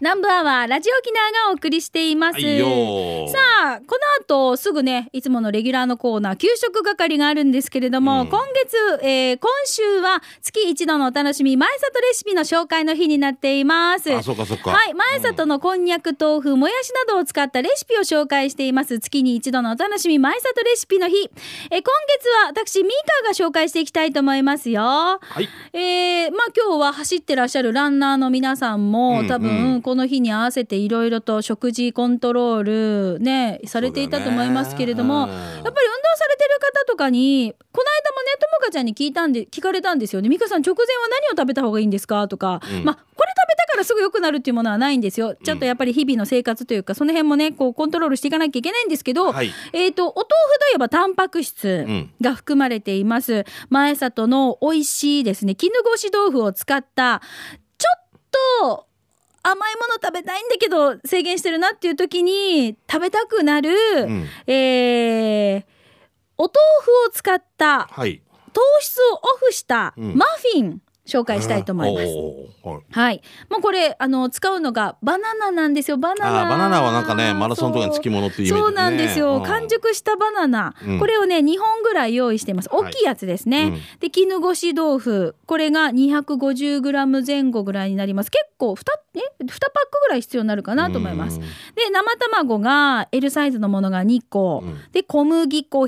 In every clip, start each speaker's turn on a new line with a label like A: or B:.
A: 南部アワーラジオキナーがお送りしています。
B: はいよー
A: さあ、この後すぐね、いつものレギュラーのコーナー、給食係があるんですけれども、
B: うん
A: 今月、えー今週は月一度のお楽しみ、前里レシピの紹介の日になっています。
B: あ、そうかそうか。
A: はい、前里のこんにゃく、豆腐、もやしなどを使ったレシピを紹介しています。月に一度のお楽しみ、前里レシピの日。えー今月は私、ミーカーが紹介していきたいと思いますよ。
B: はい。
A: えーまあ今日は走ってらっしゃるランナーの皆さんも、
B: うんうん
A: 多分この日に合わせていろいろと食事コントロールねされていたと思いますけれども、
B: そうだよね
A: や
B: う
A: っぱり運
B: ん
A: 動されてる方とかにこの間もねともかちゃんに聞いたんで聞かれたんですよね「美香さん直前は何を食べた方がいいんですか?」とか、
B: うん
A: まあこれ食べたからすぐ良くなるっていうものはないんですよちゃんとやっぱり日々の生活というかその辺もねこうコントロールしていかなきゃいけないんですけど、
B: はい
A: えー、とお豆腐といえばタンパク質
B: うん
A: が含まれています、前里の美味しいですね絹ごし豆腐を使ったちょっと甘いもの食べたいんだけど制限してるなっていう時に食べたくなる、
B: うん
A: えーお豆腐を使った
B: はい。
A: 糖質をオフした
B: うん
A: マフィン紹介したいと思います。
B: おーはい
A: はい。もうこれ、あの、使うのがバナナなんですよ、バナ
B: あ
A: ナ。
B: ーバナナはなんかね、マラソンとかにつきものっていうイメージね。
A: そうなんですよ、
B: う
A: 完熟したバナナ、
B: うん
A: これをね2本ぐらい用意しています
B: はい
A: 大きいやつですね、
B: うん
A: で絹ごし豆腐これが 250g 前後ぐらいになります結構 2, え2パックぐらい必要になるかなと思います
B: うん
A: で生卵が L サイズのものが2個、
B: うん
A: で小麦粉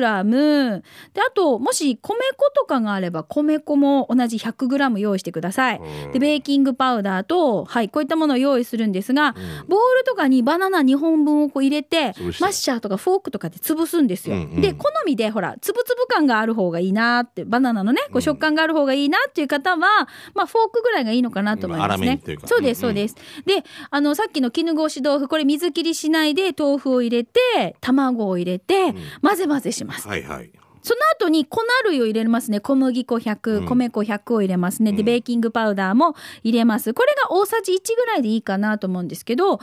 A: 100g であともし米粉とかがあれば米粉も同じ 100g 用意してくださいでベーキングパウダーと、はい、こういったものを用意するんですが、
B: うん
A: ボウルとかにバナナ2本分をこう入れて
B: 潰して
A: マッシャーとかフォークとかで潰すんですよ。
B: うんうん
A: で好みでほらつぶつぶ感がある方がいいなってバナナのねこ
B: うん
A: う食感がある方がいいなっていう方は、まあ、フォークぐらいがいいのかなと思います
B: まあ粗めに
A: ね
B: という。か
A: そうです
B: うん
A: そ
B: うん
A: うです。であのさっきの絹ごし豆腐これ水切りしないで豆腐を入れて卵を入れて、
B: ん
A: 混ぜ混ぜします。
B: はいはい。
A: その後に粉類を入れますね。小麦粉100、
B: うん
A: 米粉100を入れますね。
B: う
A: で、
B: ん
A: ベーキングパウダーも入れます。これが大さじ1ぐらいでいいかなと思うんですけど、その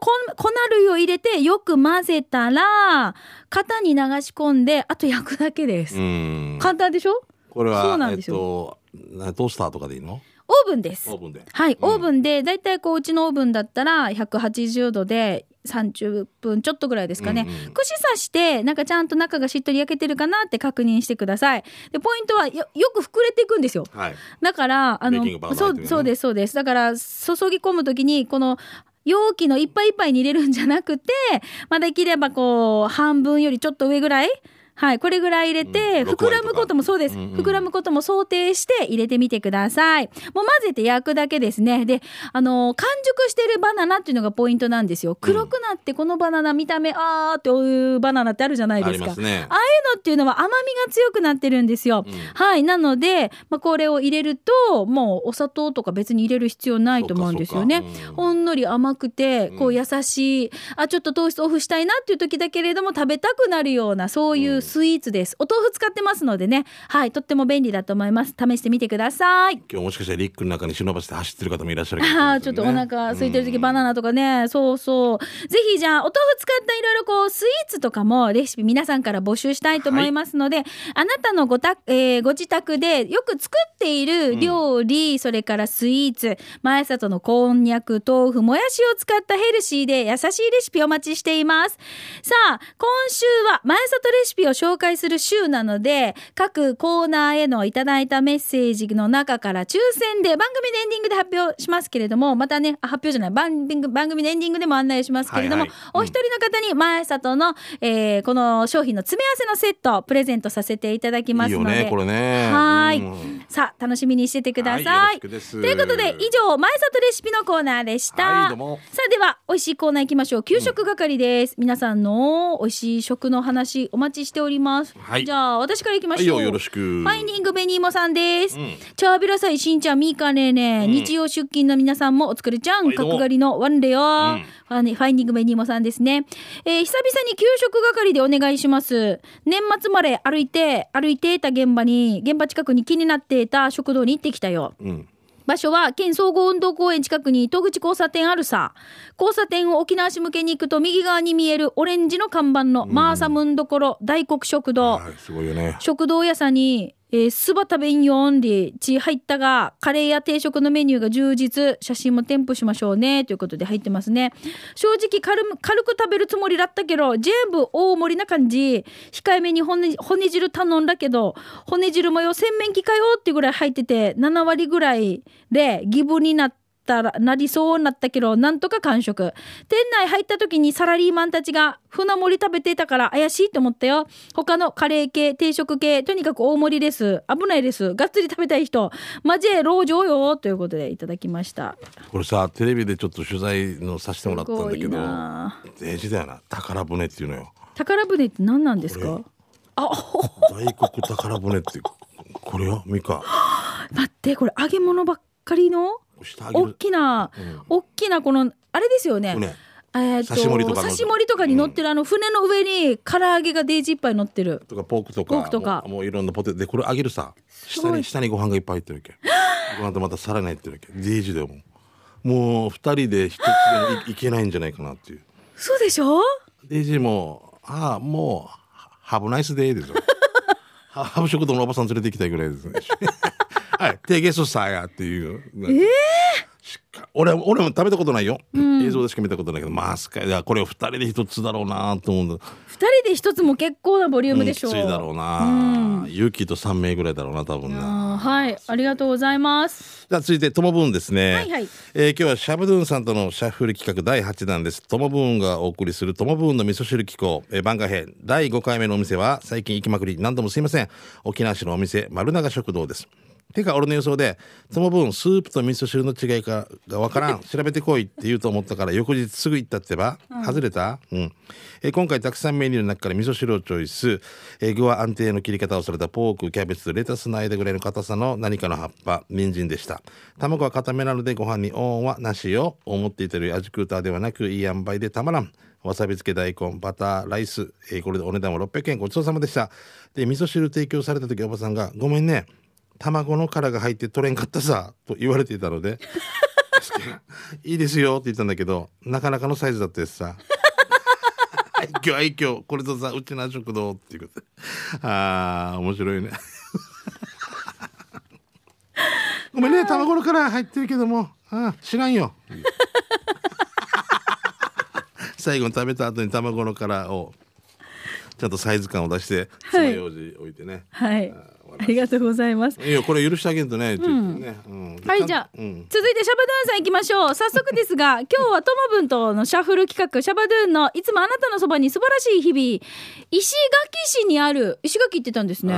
A: こ粉類を入れてよく混ぜたら、型に流し込んで、あと焼くだけです。
B: うん。
A: 簡単でしょ
B: これ
A: そ
B: は
A: うなん
B: え
A: で
B: っ
A: すよ
B: となトースターとかでいいの？
A: オーブンです
B: オー。ブンで。
A: はい、
B: うん
A: オーブンで、だいたいこう、うちのオーブンだったら、180度で30分ちょっとぐらいですかね。
B: うんうん
A: 串刺して、なんかちゃんと中がしっとり焼けてるかなって確認してください。で、ポイントはよ、よく膨れていくんですよ。
B: はい。
A: だから、あ
B: ベー
A: の
B: キングパウ、ダー
A: そ
B: 入ってる
A: う、
B: ね
A: そうです、そうです。だから、注ぎ込むときに、この、容器のいっぱいいっぱいに入れるんじゃなくて、 まあ、できればこう、半分よりちょっと上ぐらいはい、これぐらい入れて、
B: うん
A: 膨らむこともそうです。
B: うんうん
A: 膨らむことも想定して入れてみてください。もう混ぜて焼くだけですね。で、あのー完熟してるバナナっていうのがポイントなんですよ。黒くなってこのバナナ見た目、あーっていうバナナってあるじゃない
B: あ
A: で
B: り
A: す
B: ま
A: か
B: す。ね。
A: ああいうのっていうのは甘みが強くなってるんですよ。
B: うん
A: はい。なので、まあ、これを入れると、もうお砂糖とか別に入れる必要ないと思うんですよ
B: そう
A: ね
B: かそうかうん。
A: ほんのり甘くて、こ
B: う
A: う
B: ん
A: 優しい、あ、ちょっと糖質オフしたいなっていう時だけれども食べたくなるような、そういうスイーツです。お豆腐使ってますのでね。はい。とっても便利だと思います。試してみてください。
B: 今日もしかしたらリックの中に忍ばせて走ってる方もいらっしゃるかもしれ
A: あ
B: な
A: あ、
B: いです
A: ちょ
B: よ
A: っ
B: ね
A: とお腹空いてる時、
B: うん
A: バナナとかね、そうそう。ぜひじゃあ、お豆腐使ったいろいろこう、スイーツとかもレシピ皆さんから募集したいと思いますので、あなたのごた、えーご自宅でよく作っている料理、それからスイーツ、前里のこんにゃく、豆腐、もやしを使ったヘルシーで優しいレシピをお待ちしています。さあ、今週は前里レシピを紹介する週なので、各コーナーへのいただいたメッセージの中から抽選で番組のエンディングで発表しますけれども、またね、あ発表じゃない、番組番組のエンディングでも案内しますけれども、
B: はいはいうん
A: お一人の方に前里の、えーこの商品の詰め合わせのセットをプレゼントさせていただきま
B: いい
A: す
B: よ
A: ので、
B: ねこれね。
A: はーい
B: うん
A: さあ、楽しみにしててくだ
B: は
A: さい。
B: いよろしくです
A: ということで、以上、前里レシピのコーナーでした。
B: はいどうも
A: さあ、では、美味しいコーナー行きましょう。給食係です。皆さんの美味しい食の話、お待ちしております。
B: はい
A: じゃあ、私から行きま
B: はい
A: しょう。
B: よよろしく。
A: ファインディングベニーモさんです。
B: うん
A: チャービラサイ、しんちゃん、みーかねーねー、
B: うん
A: 日曜出勤の皆さんもお疲れちゃん、
B: はいどうも
A: 角刈りのワンレよ、
B: ん
A: ファインファインディングベニーモさんですね。えー久々に給食係でお願いします。年末まで歩いて、歩いていた現場に、現場近くに気になっていた食堂に行ってきたよ。
B: うん
A: 場所は県総合運動公園近くに戸口交差点あるさ交差点を沖縄市向けに行くと右側に見えるオレンジの看板のマーサムンどころ大黒食堂、
B: はいすごいよね。
A: 食堂屋さんにえー、スバタベンヨンリチ入ったが、カレーや定食のメニューが充実、写真も添付しましょうね、ということで入ってますね。正直軽む、軽く食べるつもりだったけど、全部大盛りな感じ。控えめに骨骨汁頼んだけど、骨汁もよ、洗面器かよってぐらい入ってて、7割ぐらいで、ギブになって、ったらなりそうになったけど、なんとか完食。店内入った時にサラリーマンたちが船盛り食べてたから怪しいと思ったよ。他のカレー系、定食系、とにかく大盛りです。危ないです。がっつり食べたい人。マジで老女よ。ということでいただきました。
B: これさテレビでちょっと取材のさせてもらったんだけ
A: すごい
B: ど
A: な
B: デジだよな宝船っていうのよ
A: 宝船って何なんですか
B: これ大黒宝船ってこれよミカ
A: 待って、これ揚げ物ばっかりの
B: 下上げ
A: 大
B: る
A: きな、大きなこの、あれですよね。
B: ね
A: えー
B: 刺し盛りとかの
A: 刺し盛りとかに乗ってる、あの船の上に唐揚げがデージいっぱい乗ってる。
B: とかポークとか
A: ポークとか
B: もうもういろんなポテトでこれ揚げるさ下
A: ごい
B: に下にご飯がいっぱい入って るわけご飯とまたさらに入ってるわけデジだよもうもう二人で一つでもいいけないんじゃないかなっていう
A: そうでしょ
B: デジもああもうハブナイスデ ーですよハハブ食堂のおばさん連れて行きたいぐらいですねはいテゲソサーヤっていうええ俺俺も食べたことないよ、映像でしか見たことないけどまさかいやこれを二人で一つだろうなと思うんだ
A: 二人で一つも結構なボリュームでしょ
B: うんきついだろうな、勇気と3名ぐらいだろうな多分な
A: あーはいありがとうございます
B: じゃあ続いてともぶんですね、
A: はいはい
B: えー今日はシャブドゥンさんとのシャッフル企画第8弾ですともぶんがお送りするともぶんの味噌汁機構、えー番外編第5回目のお店は最近行きまくり何度もすいません沖縄市のお店丸永食堂ですてか俺の予想でともぶんスープと味噌汁の違いかが わからん調べてこいって言うと思ったから翌日すぐ行ったってば、外れた、うんえー今回たくさんメニューの中から味噌汁をチョイス、えー具は安定の切り方をされたポークキャベツとレタスの間ぐらいの硬さの何かの葉っぱ人参でした卵は固めなのでご飯にオーンはなしよ思っていたより味クーターではなくいい塩梅でたまらんわさび漬け大根バターライス、えーこれでお値段は600円ごちそうさまでしたで味噌汁提供された時おばさんが「ごめんね卵の殻が入って取れんかったさ」と言われていたので「いいですよ」って言ったんだけどなかなかのサイズだったです さ。愛嬌愛嬌これとさうちの食堂っていうことでああ面 白いねごめんね卵の殻入ってるけどもあー知ら んよ最後に食べた後に卵の殻をちゃんとサイズ感を出して
A: は
B: 爪
A: い
B: 楊枝置いてね、
A: はいありがとうございます
B: い、いよこれ許してあげるとね、ちょっとねうん
A: はいじゃあ、
B: うん
A: 続いてシャバドゥーンさん行きましょう早速です が今日はともぶんとのシャッフル企画シャバドゥーンのいつもあなたのそばに素晴らしい日々石垣市にある石垣行ってたんですね
B: え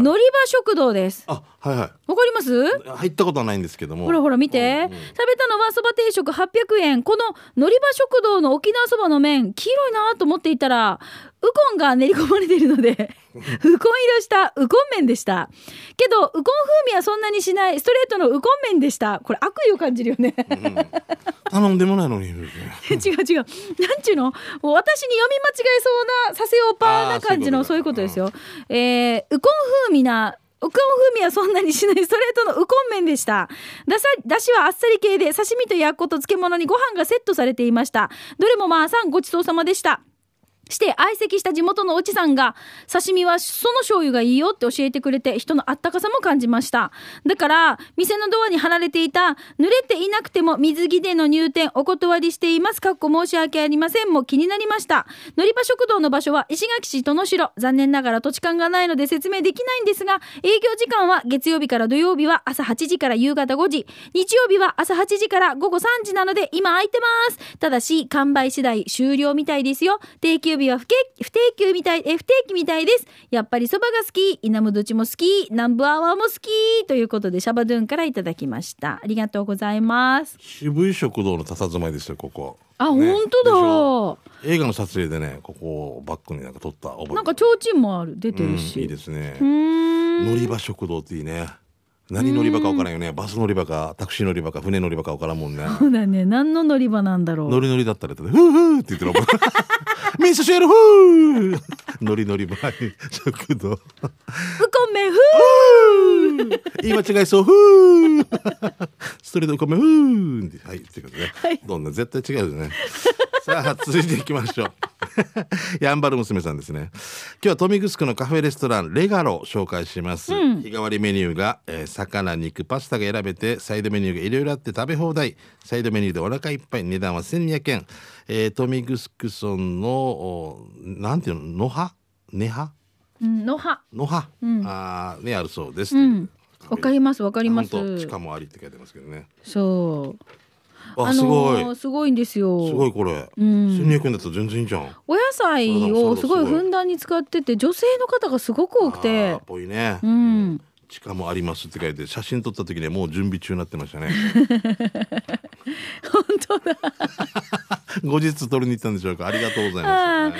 A: 乗
B: ー
A: り場食堂です
B: あはいは
A: わかります
B: い入ったことはないんですけども
A: ほらほら見て、
B: うんう
A: 食
B: ん
A: べたのはそば定食800円こののりば食堂の沖縄そばの麺黄色いなと思っていたらウコンが練り込まれているの でウコン色したウコン麺でしたけどウコン風味はそんなにしないストレートのウコン麺でしたこれ悪意を感じるよね違
B: 頼んでもないのに
A: う 違うなんちゅうのもう私に読み間違えそうなさせようパーな感じの
B: あー
A: そ
B: そうう
A: い
B: いうう
A: こ
B: ことと
A: で
B: だ
A: すよ、えーウコン風味なウコン風味はそんなにしないストレートのウコン麺でした。ださ、だしはあっさり系で、刺身と焼くこと漬物にご飯がセットされていました。どれもまあさんごちそうさまでした。して相席した地元のおちさんが刺身はその醤油がいいよって教えてくれて人のあったかさも感じましただから店のドアに貼られていた濡れていなくても水着での入店お断りしていますかっこ申し訳ありませんも気になりました乗り場食堂の場所は石垣市戸野城残念ながら土地勘がないので説明できないんですが営業時間は月曜日から土曜日は朝8時から夕方5時日曜日は朝8時から午後3時なので今空いてますただし完売次第終了みたいですよ定休日は不定不定休みたいえ不定期みたいですやっぱりそばが好き稲むどちも好き南部アワーも好きということでシャバドゥンからいただきましたありがとうございます
B: 渋い食堂の佇まいですよここ
A: あ、
B: ね
A: 本当だ
B: でしょ映画の撮影でねここをバックになんか撮ったおば
A: なんか提灯もある出て
B: うん
A: るし、
B: いいですね
A: うーん
B: 乗り場食堂っていいね何乗り場かわからんよねバス乗り場かタクシー乗り場か船乗り場かわからんもんね
A: そうだね何の乗り場なんだろう
B: ノリノリだったらとね「ふうふう」って言ってるおば 味噌汁ふう ノリノリ場食堂
A: ウコン麺風
B: 言い間違いそうふうストレートごめんふうはいってことね、
A: い
B: どんな絶対違うよね さあ続いていきましょうやんばる娘さんですね。今日は豊見城のカフェレストランレガロを紹介します。
A: うん
B: 日替わりメニューが、えー魚、肉、パスタが選べて、サイドメニューがいろいろあって食べ放題。サイドメニューでお腹いっぱい、値段は1200円。えー、豊見城村の、おなんていうの、野葉根葉
A: うん、のは。
B: 野葉、
A: うん
B: あーね、あるそうです。
A: うん。わかりますわかります。
B: 本当地下もありって書いてますけどね。
A: そう。
B: あ、すごい。
A: ーすごいんですよ。
B: すごいこれ。
A: うん。
B: 1200円だと全然いいじゃん。
A: お野菜をすごいふんだんに使ってて女性の方がすごく多く
B: あー
A: て
B: っぽいね。
A: うん
B: 地下もありますって書いて写真撮った時にはもう準備中になってましたね
A: 本当だはい
B: 後日撮りに行ったんでしょうかありがとうござい
A: あ
B: ま
A: ー
B: す、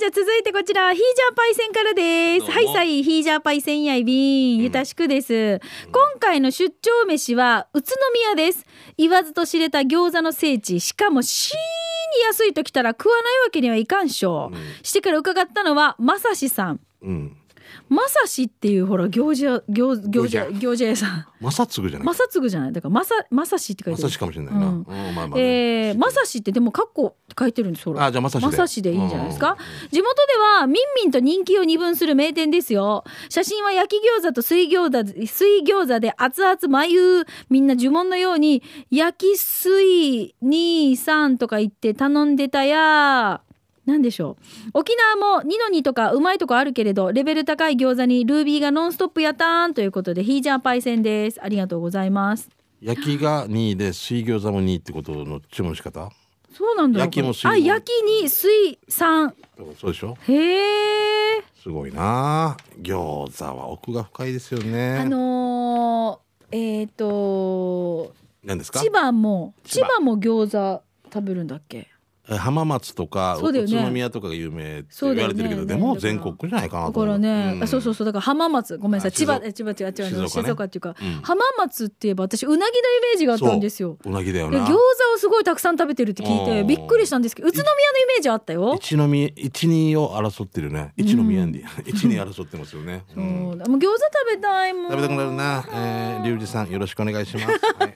A: じゃあ続いてこちらヒージャーパイセンからで
B: どう
A: す
B: も
A: はいさいヒージャーパイセンやいびんゆたしくです、今回の出張飯は宇都宮です言わずと知れた餃子の聖地しかもしーに安いときたら食わないわけにはいかんっしょ、してから伺ったのはまさしさん
B: うん
A: まさしっていうほら行者行行
B: 餃
A: 者
B: 子
A: 行者屋さん
B: 正嗣じゃない
A: まさつぐじゃないだからまさまさしって書いてる
B: 正嗣かもしれないな、
A: う
B: うんんまあまあね
A: えー、まさしってでもカッコって書いてるんですほら
B: あじゃあまさしで
A: まさしでいいんじゃないですか、地元ではみんみんと人気を二分する名店ですよ写真は焼き餃子と水餃子水餃子で熱々眉みんな呪文のように焼き水23とか言って頼んでたやなんでしょう沖縄も二の二とかうまいとこあるけれどレベル高い餃子にルービーがノンストップやたーんということでヒージャーパイセンですありがとうございます
B: 焼きが2位で水餃子も2位ってことの注文の仕方
A: そうなんだ
B: 焼きも水
A: あ焼きに水産
B: そうでしょ
A: へえ。
B: すごいな餃子は奥が深いですよね
A: あのー、えっ、と
B: 何ですか
A: 千葉も千
B: 千葉
A: 葉も餃子食べるんだっけ？
B: え浜松とか、
A: そうだよ
B: 宇
A: ね
B: 都宮とかが有名って
A: そう
B: 言
A: だよ
B: わ
A: ね
B: れてるけど、
A: ね
B: でも全国じゃないかな
A: だ
B: と
A: か
B: 思う
A: らね、
B: ん
A: あそうそうそうだから浜松ごめんなさい
B: あ
A: 千葉
B: 静
A: え千葉違う違う違う
B: 静岡ね
A: 静岡っていうか、
B: うん
A: 浜松って言えば私うなぎのイメージがあったんですよ。
B: うなぎだよ
A: で
B: な
A: 餃子をすごいたくさん食べてるって聞いて
B: うん
A: びっくりしたんですけど宇都宮のイメージあったよ。
B: 一のみ一二を争ってるね。一のみやんで、一に 争ってますよね。
A: そううんもう餃子食べたいもん。
B: 食べたくなるな。えー、リュウジさんよろしくお願 いします。はい、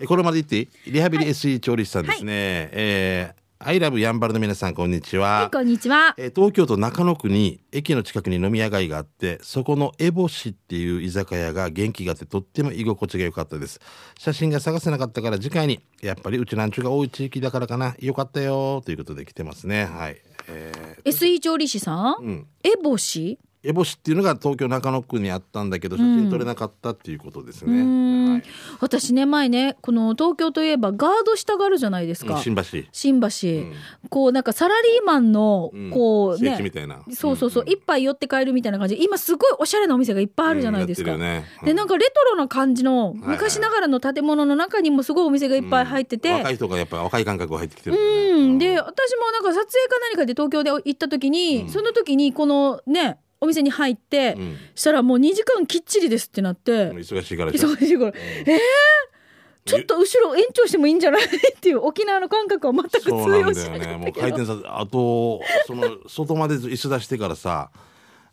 B: えこれまで言っていいリハビリ SE 調理師さんですね。えー、アイラブやんばるの皆さんこんにちは。
A: はいこんにちは。
B: えー東京都中野区に駅の近くに飲み屋街があってそこのエボシっていう居酒屋が元気があってとっても居心地が良かったです写真が探せなかったから次回にやっぱりうちなんちゅうが多い地域だからかな良かったよということで来てますねはい、えー
A: SE 調理師さん、
B: うん、
A: エボシ
B: エボシっていうのが東京中野区にあったんだけど写真撮れなかったっていうことですね、
A: うーん
B: はい
A: 私ね前ねこの東京といえばガードしたがるじゃないですか、
B: 新橋、
A: 新橋、こうなんかサラリーマンの
B: うん
A: こう
B: 聖地み
A: ね、
B: たいな
A: そうそうそう、
B: んん
A: 一杯寄って帰るみたいな感じで今すごいおしゃれなお店がいっぱいあるじゃないですか、
B: うんやってるよねうん
A: でなんかレトロな感じの
B: はいはい
A: 昔ながらの建物の中にもすごいお店がいっぱい入ってて、
B: 若い人がやっぱり若い感覚が入ってきてるよね、
A: うん、で私もなんか撮影か何かで東京で行った時に、その時にこのねお店に入って、
B: うん
A: したらもう2時間きっちりですってなって、
B: 忙しいからでしょ
A: 忙しいから、えーちょっと後ろ延長してもいいんじゃないっていう沖縄の感覚は全く通
B: そうなん
A: 用し
B: だ
A: な
B: よ
A: か
B: ね。
A: っ
B: も
A: た
B: う
A: け
B: 回
A: ど、
B: 転させ、あと、その外まで椅子出してからさ。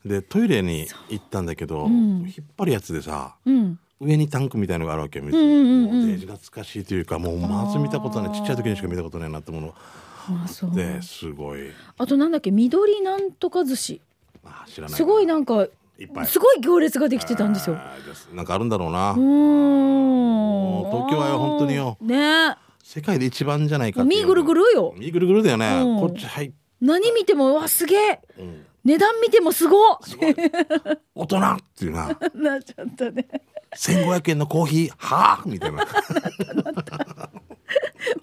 B: で、トイレに行ったんだけど、
A: うん
B: 引っ張るやつでさ。
A: うん、
B: 上にタンクみたいのがあるわけよ。水
A: うんうんうんうん
B: もうで懐かしいというか、もうまず見たことない、ちっちゃい時にしか見たことないなってもの。
A: あそう
B: で、すごい。
A: あとなんだっけ緑なんとか寿司
B: あ、知らない。
A: すごい。なんか
B: いっぱい。
A: すごい行列ができてたんですよ。
B: あー。じゃあなんかあるんだろうな
A: うー。ん
B: もう東京は本当によ
A: ね
B: 世界で一番じゃないかっていう。
A: 身ぐるぐるよ
B: 身ぐるぐるだよね。
A: うん
B: こっち入っ。
A: 何見てもうわすげえ
B: うん
A: 値段見てもすごっ
B: すごい大人っていうな。
A: なっちゃったね
B: 1500円のコーヒーはあみたいな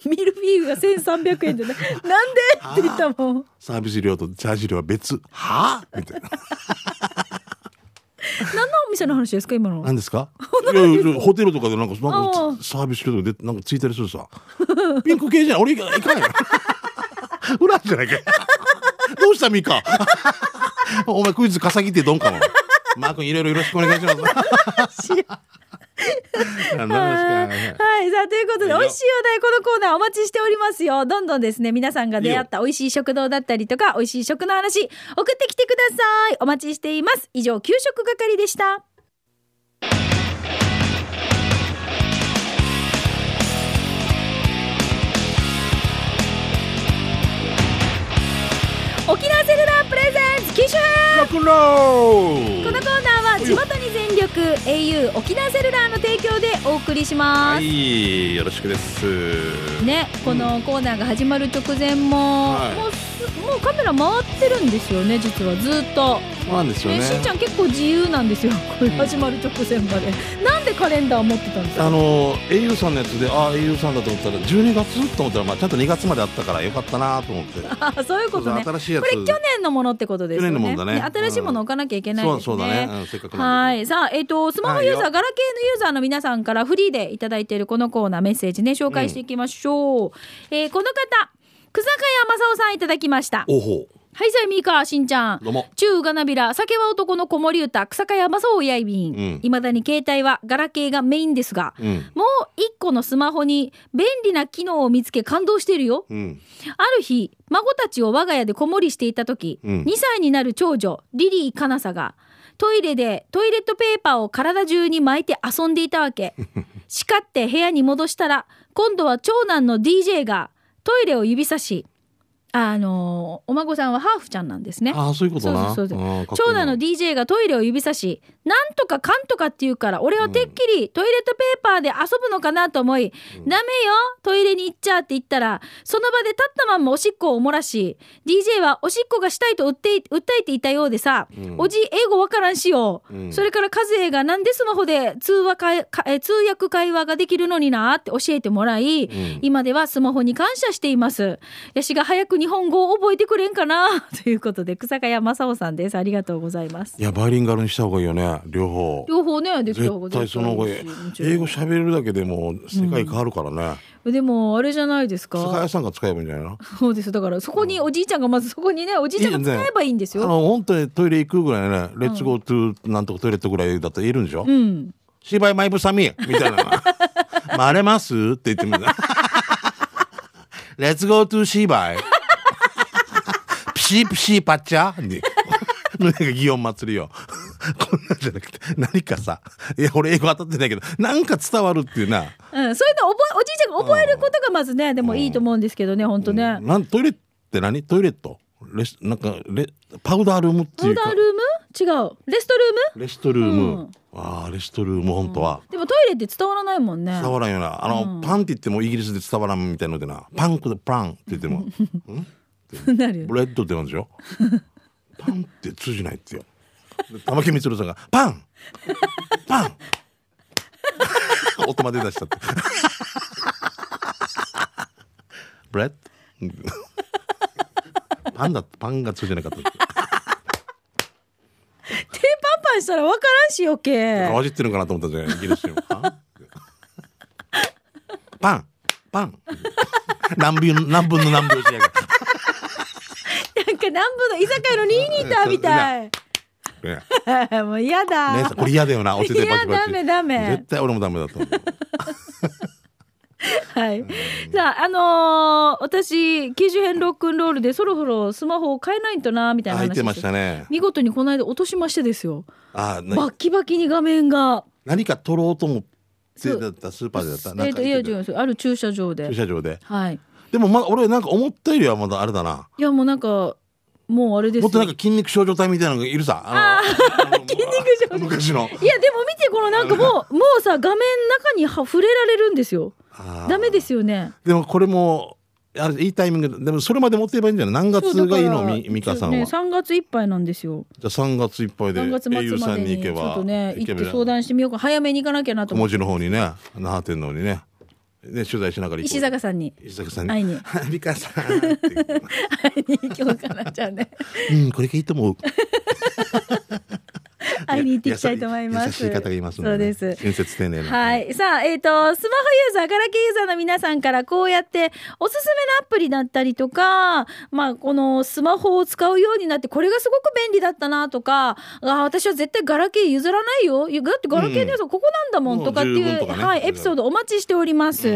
A: ミルフィーユが1300円でねなんでって言ったもん
B: サービス料とチャージ料は別はあみたいな
A: 何のお店の話ですか今 の
B: 何ですかいやいやホテルとかでなんかなん
A: あ
B: か
A: ー
B: サービス料とかでなんかついたりするさピンク系じゃん俺行かないよ裏じゃないかどうしたミカお前クイズ稼ぎってどんかもマー君いろいろよろしくお願いします何なんですか
A: はい。さあ、ということで、
B: はい
A: 美味しいお題、このコーナーお待ちしておりますよ。どんどんですね、皆さんが出会った美味しい食堂だったりとか、美味しい食の話、送ってきてください。お待ちしています。以上、給食係でした。沖縄沖縄セルラープレゼンツ機種編
B: ロックンロー
A: このコーナーは地元に全力 au 沖縄セルラーの提供でお送りします、
B: はいよろしくです
A: ね、このコーナーが始まる直前も、
B: はい
A: もうすもうカメラ回ってるんですよね実はずっと、
B: そうなんですよ
A: ね
B: ね
A: しんちゃん結構自由なんですよこれ
B: うん
A: 始まる直前まで、なんでカレンダー持ってたんですか
B: あの au さんのやつでああ au さんだと思ったら12月と思ったら、まあ、ちゃんと2月まであったからよかったなと思って
A: あ そういうことねこ
B: 新しいやつ
A: れ去年のものってことですよね
B: 去年のものだね
A: 新しいもの置かなきゃいけない
B: そ
A: で
B: う
A: す
B: そうだ
A: ね
B: ね、うん、せっかくなん
A: は
B: で
A: い。さあ、えっ、と、スマホユーザ
B: は
A: ー、ガラケーのユーザーの皆さんからフリーでいただいているこのコーナーメッセージね、紹介していきましょう。えーこの方、久坂屋正夫さんいただきました。
B: おほ
A: はい、さあ、みーか、しんちゃん。
B: どうも
A: 中がなびら、酒は男の子守歌、草加山そうやいび
B: うんん。
A: いまだに携帯はガラケーがメインですが、
B: うん
A: もう一個のスマホに便利な機能を見つけ感動しているよ。
B: うん
A: ある日、孫たちを我が家で子守りしていた時、
B: うん
A: 2歳になる長女、リリーかなさが、トイレでトイレットペーパーを体中に巻いて遊んでいたわけ。 叱って部屋に戻したら、今度は長男の DJ がトイレを指さし、あのーお孫さんはハーフちゃんなんですね。
B: ああそういうことな
A: そうそうそう
B: あーかっこいい
A: 長男の DJ がトイレを指さし、なんとかかんとかって言うから、俺はてっきりトイレットペーパーで遊ぶのかなと思い、ダメよ、トイレに行っちゃって言ったら、その場で立ったまんまおしっこを漏らし、DJ はおしっこがしたいと訴え訴えていたようでさ、
B: うん
A: おじ、英語わからんしよ、
B: うん
A: それから和江がなんでスマホで通話かえかえ通訳会話ができるのになって教えてもらい、
B: ん
A: 今ではスマホに感謝しています。ヤシが早く日本語を覚えてくれんかな ということで、草加谷正夫さんです。ありがとうございます。
B: いやバイリンガルにした方がいいよね両方
A: 両方ね、できた方が
B: 絶対その方がいい
A: 絶対いいし
B: 英語喋れるだけでも世界変わるからね
A: でも、あれじゃないです
B: 酒
A: か
B: 屋。さんが使えばいいんじゃないの
A: そうです。だから、そこにおじいちゃんが、まずそこにね、おじいちゃんが使えばいいんです
B: あ
A: よ。
B: の本当にトイレ行くぐらいねレッツゴートゥーなんとかトイレットぐらいだと言えるんでしょ
A: うん。
B: 芝居マイブサミみたいな 回れますって言ってみるレッツゴートゥー芝居ピシーピシーパッチャーになんか祇園祭りよこんなんじゃなくて何かさいや俺英語当たってないけどなんか伝わるっていうな
A: うん、そういうの覚え、おじいちゃんが覚えることがまずね、でもいいと思うんですけどね、本当ね。
B: なんトイレって何トイレットレスなんかレパウダールームって
A: パ
B: い
A: ウ
B: う
A: ダ
B: か
A: ールーム違う。レストルーム
B: レストルーム、
A: うん
B: ああレストルーム本当は、
A: でもトイレって伝わらないもんね。
B: 伝わらんよなあの、パンって言ってもイギリスで伝わらんみたいのでなパンクでパンって言っても
A: なるよね
B: ブレッドってなんでしょパンって通じないってよで玉木光さんがパンパン 音まで出しちゃってブレッド パンだパンが通じなかった
A: 手パンパンしたら分からんし余計
B: わじってるのかなと思ったじゃんイギリス人パンパンパン何分何分の何秒しやがっ
A: な
B: て
A: んか南部の居酒屋のニーニーターみたい
B: ね
A: もう嫌だ、
B: 姉さんこれ嫌だよなお手でバチバチ
A: いやダメダメ
B: 絶対俺もダメだと思う
A: はいさああのー私90編ロックンロールでそろそろスマホを変えないとなみたいな
B: 入
A: 話
B: ってましたね
A: 見事にこの間落としましてですよ
B: あな
A: バッキバキに画面が
B: 何か取ろうと思っ
A: そ
B: て
A: う
B: だったスーパーでだったな
A: え
B: ん
A: っ
B: か
A: といや
B: 言
A: 違うん
B: ってた
A: ですよある駐車場で
B: 駐車場で
A: はい
B: でもまだ俺なんか思ったよりはまだあれだない
A: やもうなんかもうあれです
B: もっとなん
A: よ
B: か筋肉症状体みたいなのがいるさあの 筋
A: 肉症状
B: 昔の
A: いやでも見てこのなんかもう もうさ画面の中には触れられるんですよ
B: あー
A: ダメですよね
B: でもこれもあれいいタイミングででもそれまで持っていればいいんじゃない何月がいいのみミカさんは、
A: ね、
B: じゃ
A: 3月いっぱいなんですよ
B: あ3月いっぱいで
A: 3月末
B: au
A: ま
B: さ
A: で
B: んに
A: にち
B: 行け
A: ょっ
B: ば
A: とね
B: 行
A: 行
B: け
A: っ
B: ば
A: て相談してみようか早めに行かなきゃなと
B: 小
A: 思っ
B: 文
A: て
B: 字の方にね那覇店の方にねね取材しながら行こう
A: 石坂さんに
B: 石坂さん
A: 会いに
B: 「 美香さん」って
A: 会 いに行こうかなじゃあね
B: うんこれがいいと思う
A: 会いに行っていきたいと思います
B: 優しい方がいますの
A: そう
B: で、ね、
A: です
B: 親切丁寧な
A: はい。さあ、えっ、と、スマホユーザー、ガラケーユーザーの皆さんから、こうやって、おすすめのアプリだったりとか、まあ、このスマホを使うようになって、これがすごく便利だったなとか、あー私は絶対ガラケー譲らないよ。いやだってガラケーのやつ、ここなんだもん、
B: もう
A: とかってい
B: 十
A: う、
B: 分とかね
A: はい、エピソードお待ちしております。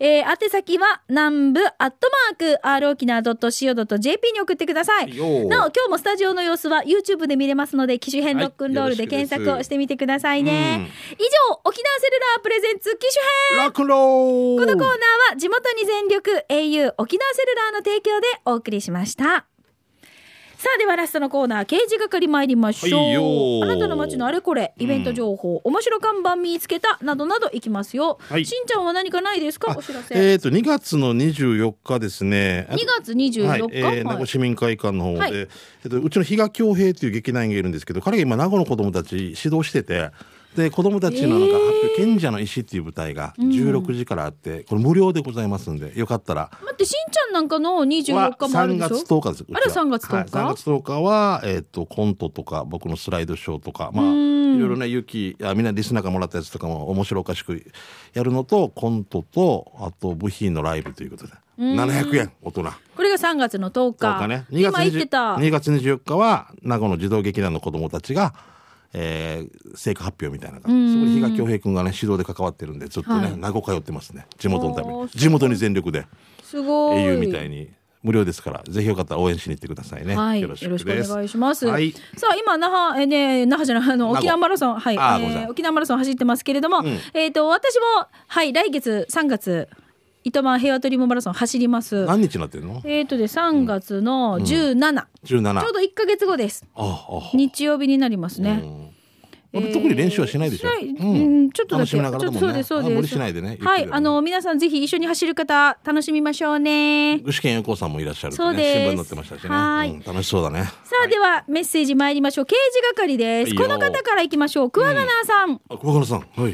A: えー宛先は、南部アットマーク、r 沖縄 .co.jp に送ってください。
B: よう
A: なお、今日もスタジオの様子は YouTube で見れますので、機種編ロックンロールで検索をしてみてくださいね。
B: うん
A: 以上、沖縄セルラープレゼンツ機種編
B: ラクロー
A: このコーナーは地元に全力 au 沖縄セルラーの提供でお送りしました。さあではラストのコーナー刑事係参りましょう、
B: はいよー
A: あなたの街のあれこれイベント情報、面白看板見つけたなどなどいきますよ、
B: はい
A: しんちゃんは何かないですかお知らせ、
B: えっ、と2月の24日ですね。
A: 2月24日、
B: はい、えー名
A: はい
B: 護市民会館の方で、
A: はい
B: えっと、うちの比嘉恭平という劇団員がいるんですけど彼が今名護の子どもたち指導しててで子どもたちのなんか、
A: えー
B: 発表賢者の石」っていう舞台が16時からあって、これ無料でございますんでよかったら。
A: 待ってしんちゃんなんかの24日もある
B: 3
A: んでし
B: 月
A: ょ
B: 10日です。うちは
A: あれ3月10日
B: はい3月10日は、えっ、と、コントとか、僕のスライドショーとか、まあ、
A: うん
B: いろいろね、勇気、あみんなリスナーからもらったやつとかも面白おかしくやるのと、コントと、あと、部品のライブということで、
A: ん
B: 700円、大人。
A: これが3月の10
B: そう
A: 日
B: かね。2月
A: 今言ってた
B: 2月24日は、名護の児童劇団の子供たちが、えー、成果発表みたいな感じ。そこに比嘉恭平君がね、指導で関わってるんで、ずっとね、
A: はい
B: 名護通ってますね。地元のため
A: お
B: に。
A: ー
B: 地元に全力で。
A: すごい
B: 英雄みたいに無料ですからぜひよかったら応援しに行ってくださいね、
A: はい、よ
B: よ
A: ろ
B: ろ
A: しく
B: しくです
A: お願いします。
B: はい
A: さあ、今、那覇、えーね、那覇じゃない、あの、
B: 名護
A: 沖縄マラソン、はい、え
B: あーごめんな
A: ー
B: さい
A: 沖縄マラソン走ってますけれども、
B: ん
A: えっ、と、私も、はい、来月3月、糸満平和トリムマラソン走ります。
B: 何日になってるの
A: えっ、とで、3月の17、
B: 17
A: ちょうど1ヶ月後です。
B: ああ
A: 日曜日になります
B: あ、
A: ね。
B: うんまあ特に練習はしないでしょ、
A: しない、
B: う
A: うんん、ちょっとだ
B: 楽
A: け、
B: しみながら
A: ちょ
B: だ
A: っ
B: も
A: と
B: んね
A: そうです、そう
B: あ
A: です。
B: 無理しないでねゆっくり
A: は
B: だ
A: い
B: ね、
A: あの、皆さんぜひ一緒に走る方、楽しみましょうね。
B: 具志堅横尾さんもいらっしゃるって
A: そうです
B: 新聞に載ってましたしね、
A: はい
B: うん楽しそうだね
A: さあ、では、メッセージ参りましょう。刑事係です。
B: いいよ
A: この方からいきましょう。桑名さん。
B: あ小原さんはい
A: プロ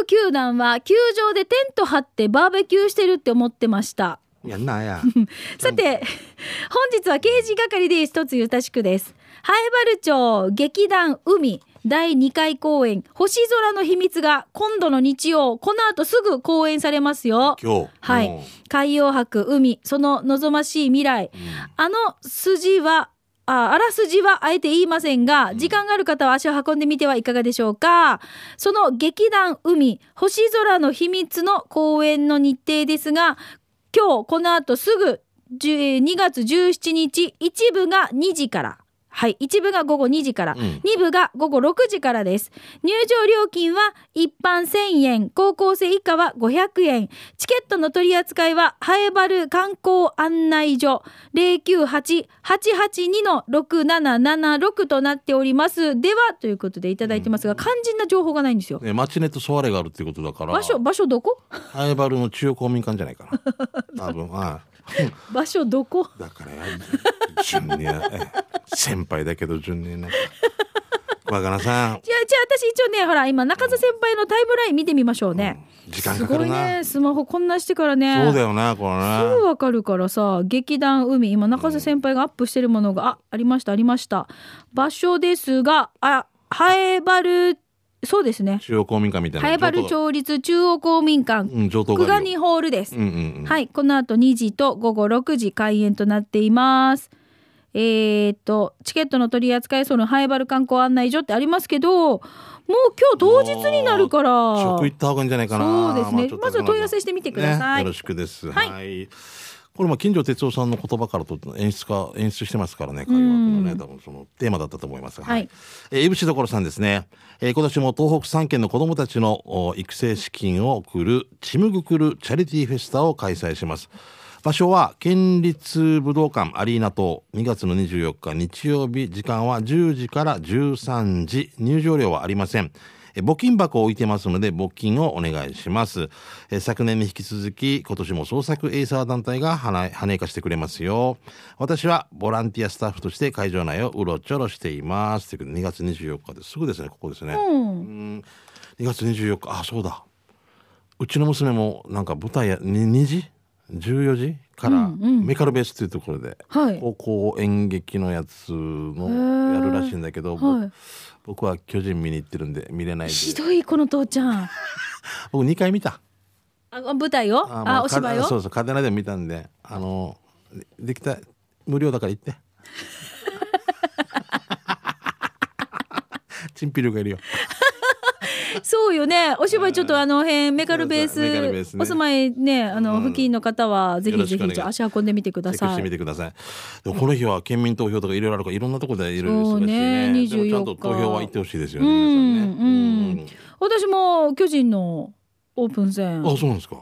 A: 野球球団は球場でテント張ってバーベキューしてるって思ってました。
B: やんなや
A: さて、本日は刑事係で一つゆたしくです。ハエバル町劇団海第2回公演星空の秘密が今度の日曜、この後すぐ公演されますよ。
B: 今日
A: は
B: うん
A: い。海洋博、海、その望ましい未来。あの筋は、ああらすじはあえて言いませんが、時間がある方は足を運んでみてはいかがでしょうか。その劇団海、星空の秘密の公演の日程ですが、今日この後すぐ10 2月17日、一部が2時から。はい。一部が午後2時から。
B: うん
A: 2部が午後6時からです。入場料金は一般1000円、高校生以下は500円。チケットの取り扱いは、ハエバル観光案内所098-882-6776となっております。では、ということでいただいてますが、肝心な情報がないんですよ。
B: ねマチネットソワレがあるっていうことだから
A: 場所、場所どこ
B: ハエバルの中央公民館じゃないかな多分はい
A: 場所どこ
B: だからや順にや先輩だけど順になんか若菜さん
A: じゃあ、じゃあ私一応ね、ほら、今、中津先輩のタイムライン見てみましょうね。
B: 時間
A: す
B: かか
A: ご
B: る
A: い
B: な、
A: ね、スマホこんなしてからね。
B: そうだよなこれ
A: すぐ
B: な
A: わかるからさ劇団海今中瀬先輩がアップしてるものが、あありましたありました場所ですがあハエバルそうですね
B: 中央公民館みたいな
A: ハエバル町立中央公民館
B: うん上等
A: 久
B: が
A: 我
B: に
A: にホールです、
B: うんうんうん
A: はいこの後2時と午後6時開演となっていますえー、っとチケットの取り扱いそのハエバル観光案内所ってありますけどもう今日当日になるから
B: 食行った方がいいんじゃないかな
A: そうですね
B: ちょっと
A: まずは問い合わせしてみてください
B: ねよろしくです
A: は
B: はいい、これも近所哲夫さんの言葉からとって演出家演出してますからね会話のね多分そのテーマだったと思いますが
A: はい
B: えー、いぶしどころさんですね、えー今年も東北3県の子どもたちのお育成資金を送るちむぐくるチャリティーフェスタを開催します場所は県立武道館アリーナ等2月の24日日曜日時間は10時から13時入場料はありませんえー募金箱を置いてますので募金をお願いしますえー昨年に引き続き今年も創作エイサー団体が花跳ねかしてくれますよ私はボランティアスタッフとして会場内をうろちょろしていますということで2月24日ですぐですねここですね、
A: うん
B: 2月24日あそうだうちの娘もなんか舞台やに2時14時から、メカルベースというところで、
A: はい
B: 高校演劇のやつのやるらしいんだけど、ぼ
A: はい
B: 僕は巨人見に行ってるんで見れないで
A: ひどいこの父ちゃん
B: 僕2回見た
A: あ舞台をあ、
B: ま
A: お芝居
B: か
A: を
B: そうそうカデナでも見たんであのでできた無料だから行って チンピ量がいるよ
A: そうよね。お芝居ちょっとあの辺、メカルベース、
B: メカルベースね
A: お住まいね、あの、
B: うん
A: 付近の方は、ぜ
B: よ
A: ひ
B: ろ
A: ぜ
B: しくお願い
A: ひ、足運んでみてくだ
B: チェックし
A: さ
B: てみ
A: い。
B: てください。でもこの日は県民投票とかいろいろあるからいろんなところでいろいろ
A: そう
B: 忙しい
A: ね
B: ね。でもちゃん
A: 24
B: と
A: 日
B: 投票は行ってほしいですよ
A: う
B: ね。
A: ん
B: 皆さんね
A: 私も、巨人のオープン戦。
B: うんあ
A: は
B: そうなんですか。
A: い。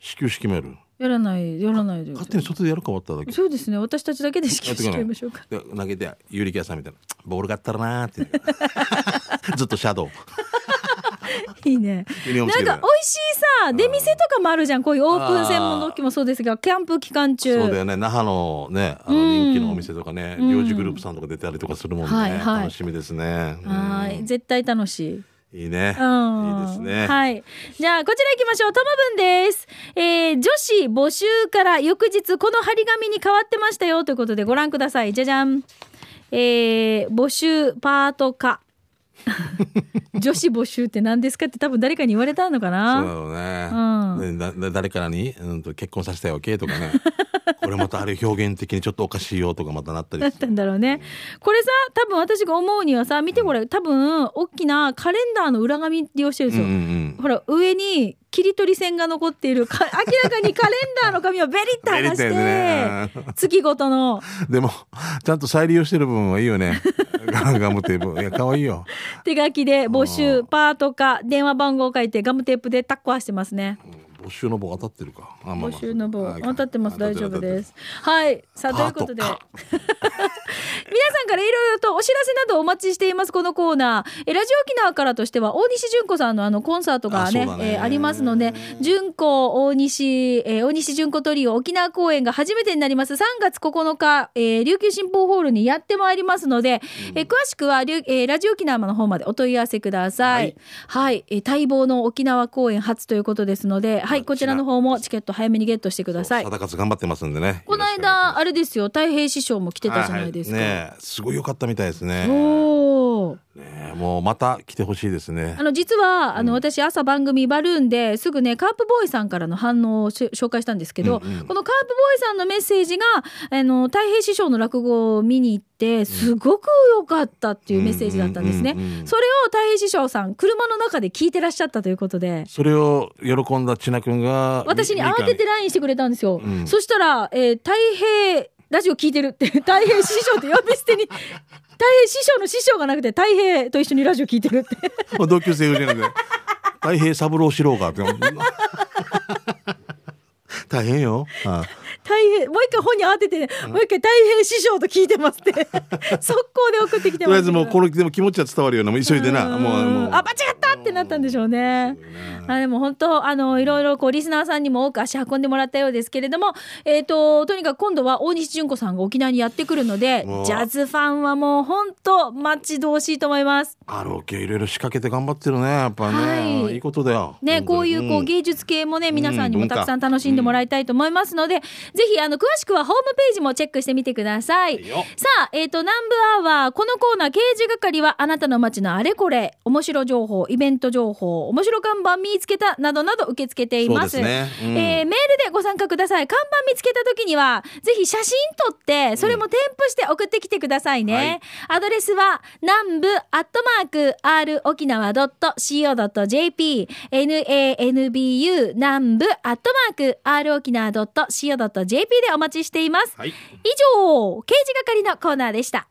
B: 始球式メール。
A: やらないやらないで
B: 勝手に外でやるか終わっただけ
A: そうですね私たちだけで支給しちゃいましょうか
B: で投げてユリキャさんみたいなボールがあったらなーって ずっとシャドウ
A: いいね
B: ユニフォームつ
A: な
B: け
A: ん
B: て
A: か美味しいさ出店とかもあるじゃんこういうオープン専門の時もそうですがキャンプ期間中
B: そうだよね那覇のねあの人気のお店とかね
A: うん
B: 領事グループさんとか出たりとかするもんね、
A: はいはい
B: 楽しみですねうん
A: はい絶対楽しい
B: いいね、
A: うん
B: いいですね、
A: はい。じゃあ、こちら行きましょう。ともぶんです。えー女子募集から翌日、この張り紙に変わってましたよということで、ご覧ください。じゃじゃん。えー募集パート化。 女子募集って何ですかって多分誰かに言われたのか
B: そうだ
A: な
B: ろうね、ねだだ誰からに、うん、と結婚させたよ OK と かねこれまたある表現的にちょっとおかしいよとかまたなった
A: だ
B: り
A: っ
B: し
A: た
B: て
A: んだろうね。これさ、多分私が思うにはさ、見てこれ、多分、大きなカレンダーの裏紙利用してるん
B: う
A: で
B: ん
A: す
B: う
A: よ。
B: ん
A: ほら上に切り取り線が残っている か明らかにカレンダーの紙をベリッと剥がし
B: ベリッ
A: て、月ごとの
B: うん、でもちゃんと再利用してる分はいい よねガムテープいや可愛いよ
A: 手書きで募
B: う
A: 集
B: ん
A: パートか電話番号を書いてガムテープでタッコはしてますね
B: 募集の棒当たってるか。あまあまあ
A: 募集の棒
B: はい
A: 当たってます
B: 当た
A: 大
B: っ
A: 丈
B: る
A: 夫で。す
B: 当
A: はいさあと
B: た
A: い
B: っ
A: うこと
B: てる
A: で
B: パー
A: 皆
B: トか
A: さんからいろいろとお知らせなどお待ちしていますこのコーナーえラジオ沖縄からとしては大西純子さんのあのコンサートがね
B: あそうだね
A: えーありますので純子大西、えー大西純子トリオ沖縄公演が初めてになります3月9日、えー琉球新報ホールにやってまいりますので、えー詳しくは琉、えーラジオ沖縄の方までお問い合わせください。は
B: はいい、
A: えー待望の沖縄公演初ということですので、はい、こちらの方もチケット早めにゲットしてください。
B: そう定勝頑張ってますんでね。
A: この間あれですよ太平師匠も来て
B: 出
A: たじゃないですか。
B: ねえ、すごい良かったみたいですね。
A: おー
B: ねえもうまた来てほしいですね
A: あ。の実はあの私朝番組バルーンですぐねカープボーイさんからの反応をし紹介したんですけど、
B: うんうん
A: このカープボーイさんのメッセージがあの太平師匠の落語を見に行ってすごく良かったっていうメッセージだったんですね。
B: うううんうん
A: それを太平師匠さん車の中で聞いてらっしゃったということで。
B: それを喜んだ千奈君が
A: 私に慌てて。LINE してくれたんですよ。
B: うん
A: そしたら、えー、太平ラジオ聞いてるって、 太平師匠って呼び捨てに、太平師匠の師匠がなくて、太平と一緒にラジオ聞いてるって。
B: みかんもう同級生じゃなくて。太平三郎四郎がって。 大変よ。あ
A: 太平、もう一回本に慌てて、もう一回太平師匠と聞いてます って、速攻で送ってきて
B: とり
A: ま
B: あ
A: すけ
B: え
A: ど。
B: ずもうこのでも気持ちは伝わるようなもう急いでな。
A: ん
B: もうもう。
A: あ、間違ったってなったんでしょうね。あでも本当あのいろいろこうリスナーさんにも多く足運んでもらったようですけれども、えっ、ととにかく今度は大西純子さんが沖縄にやってくるので、
B: もう
A: ジャズファンはもう本当待ち遠しいと思います。
B: カラオケいろいろ仕掛けて頑張ってるねやっぱね、
A: はい
B: い、いことだよ
A: ね、
B: 本
A: こ
B: 当
A: う
B: に
A: いうこう芸術系もね、皆さんにもたくさん楽しんでもらいたいと思いますので、ぜひあの詳しくはホームページもチェックしてみてください。
B: いいよ
A: さあ、えっ、と、南部アワー、このコーナー、刑事係は、あなたの街のあれこれ、面白情報、イベント情報、面白看板見つけた、などなど受け付けています。
B: そうですねうん
A: えーメールでご参加ください。看板見つけた時には、ぜひ写真撮って、それも添付して送ってきてくださいね。アドレスは、南部アットマーク、r 沖縄 .co.jp、nanbu 南部アットマーク、r 沖縄 .co.jp でお待ちしています。
B: はい
A: 以上、刑事係のコーナーでした。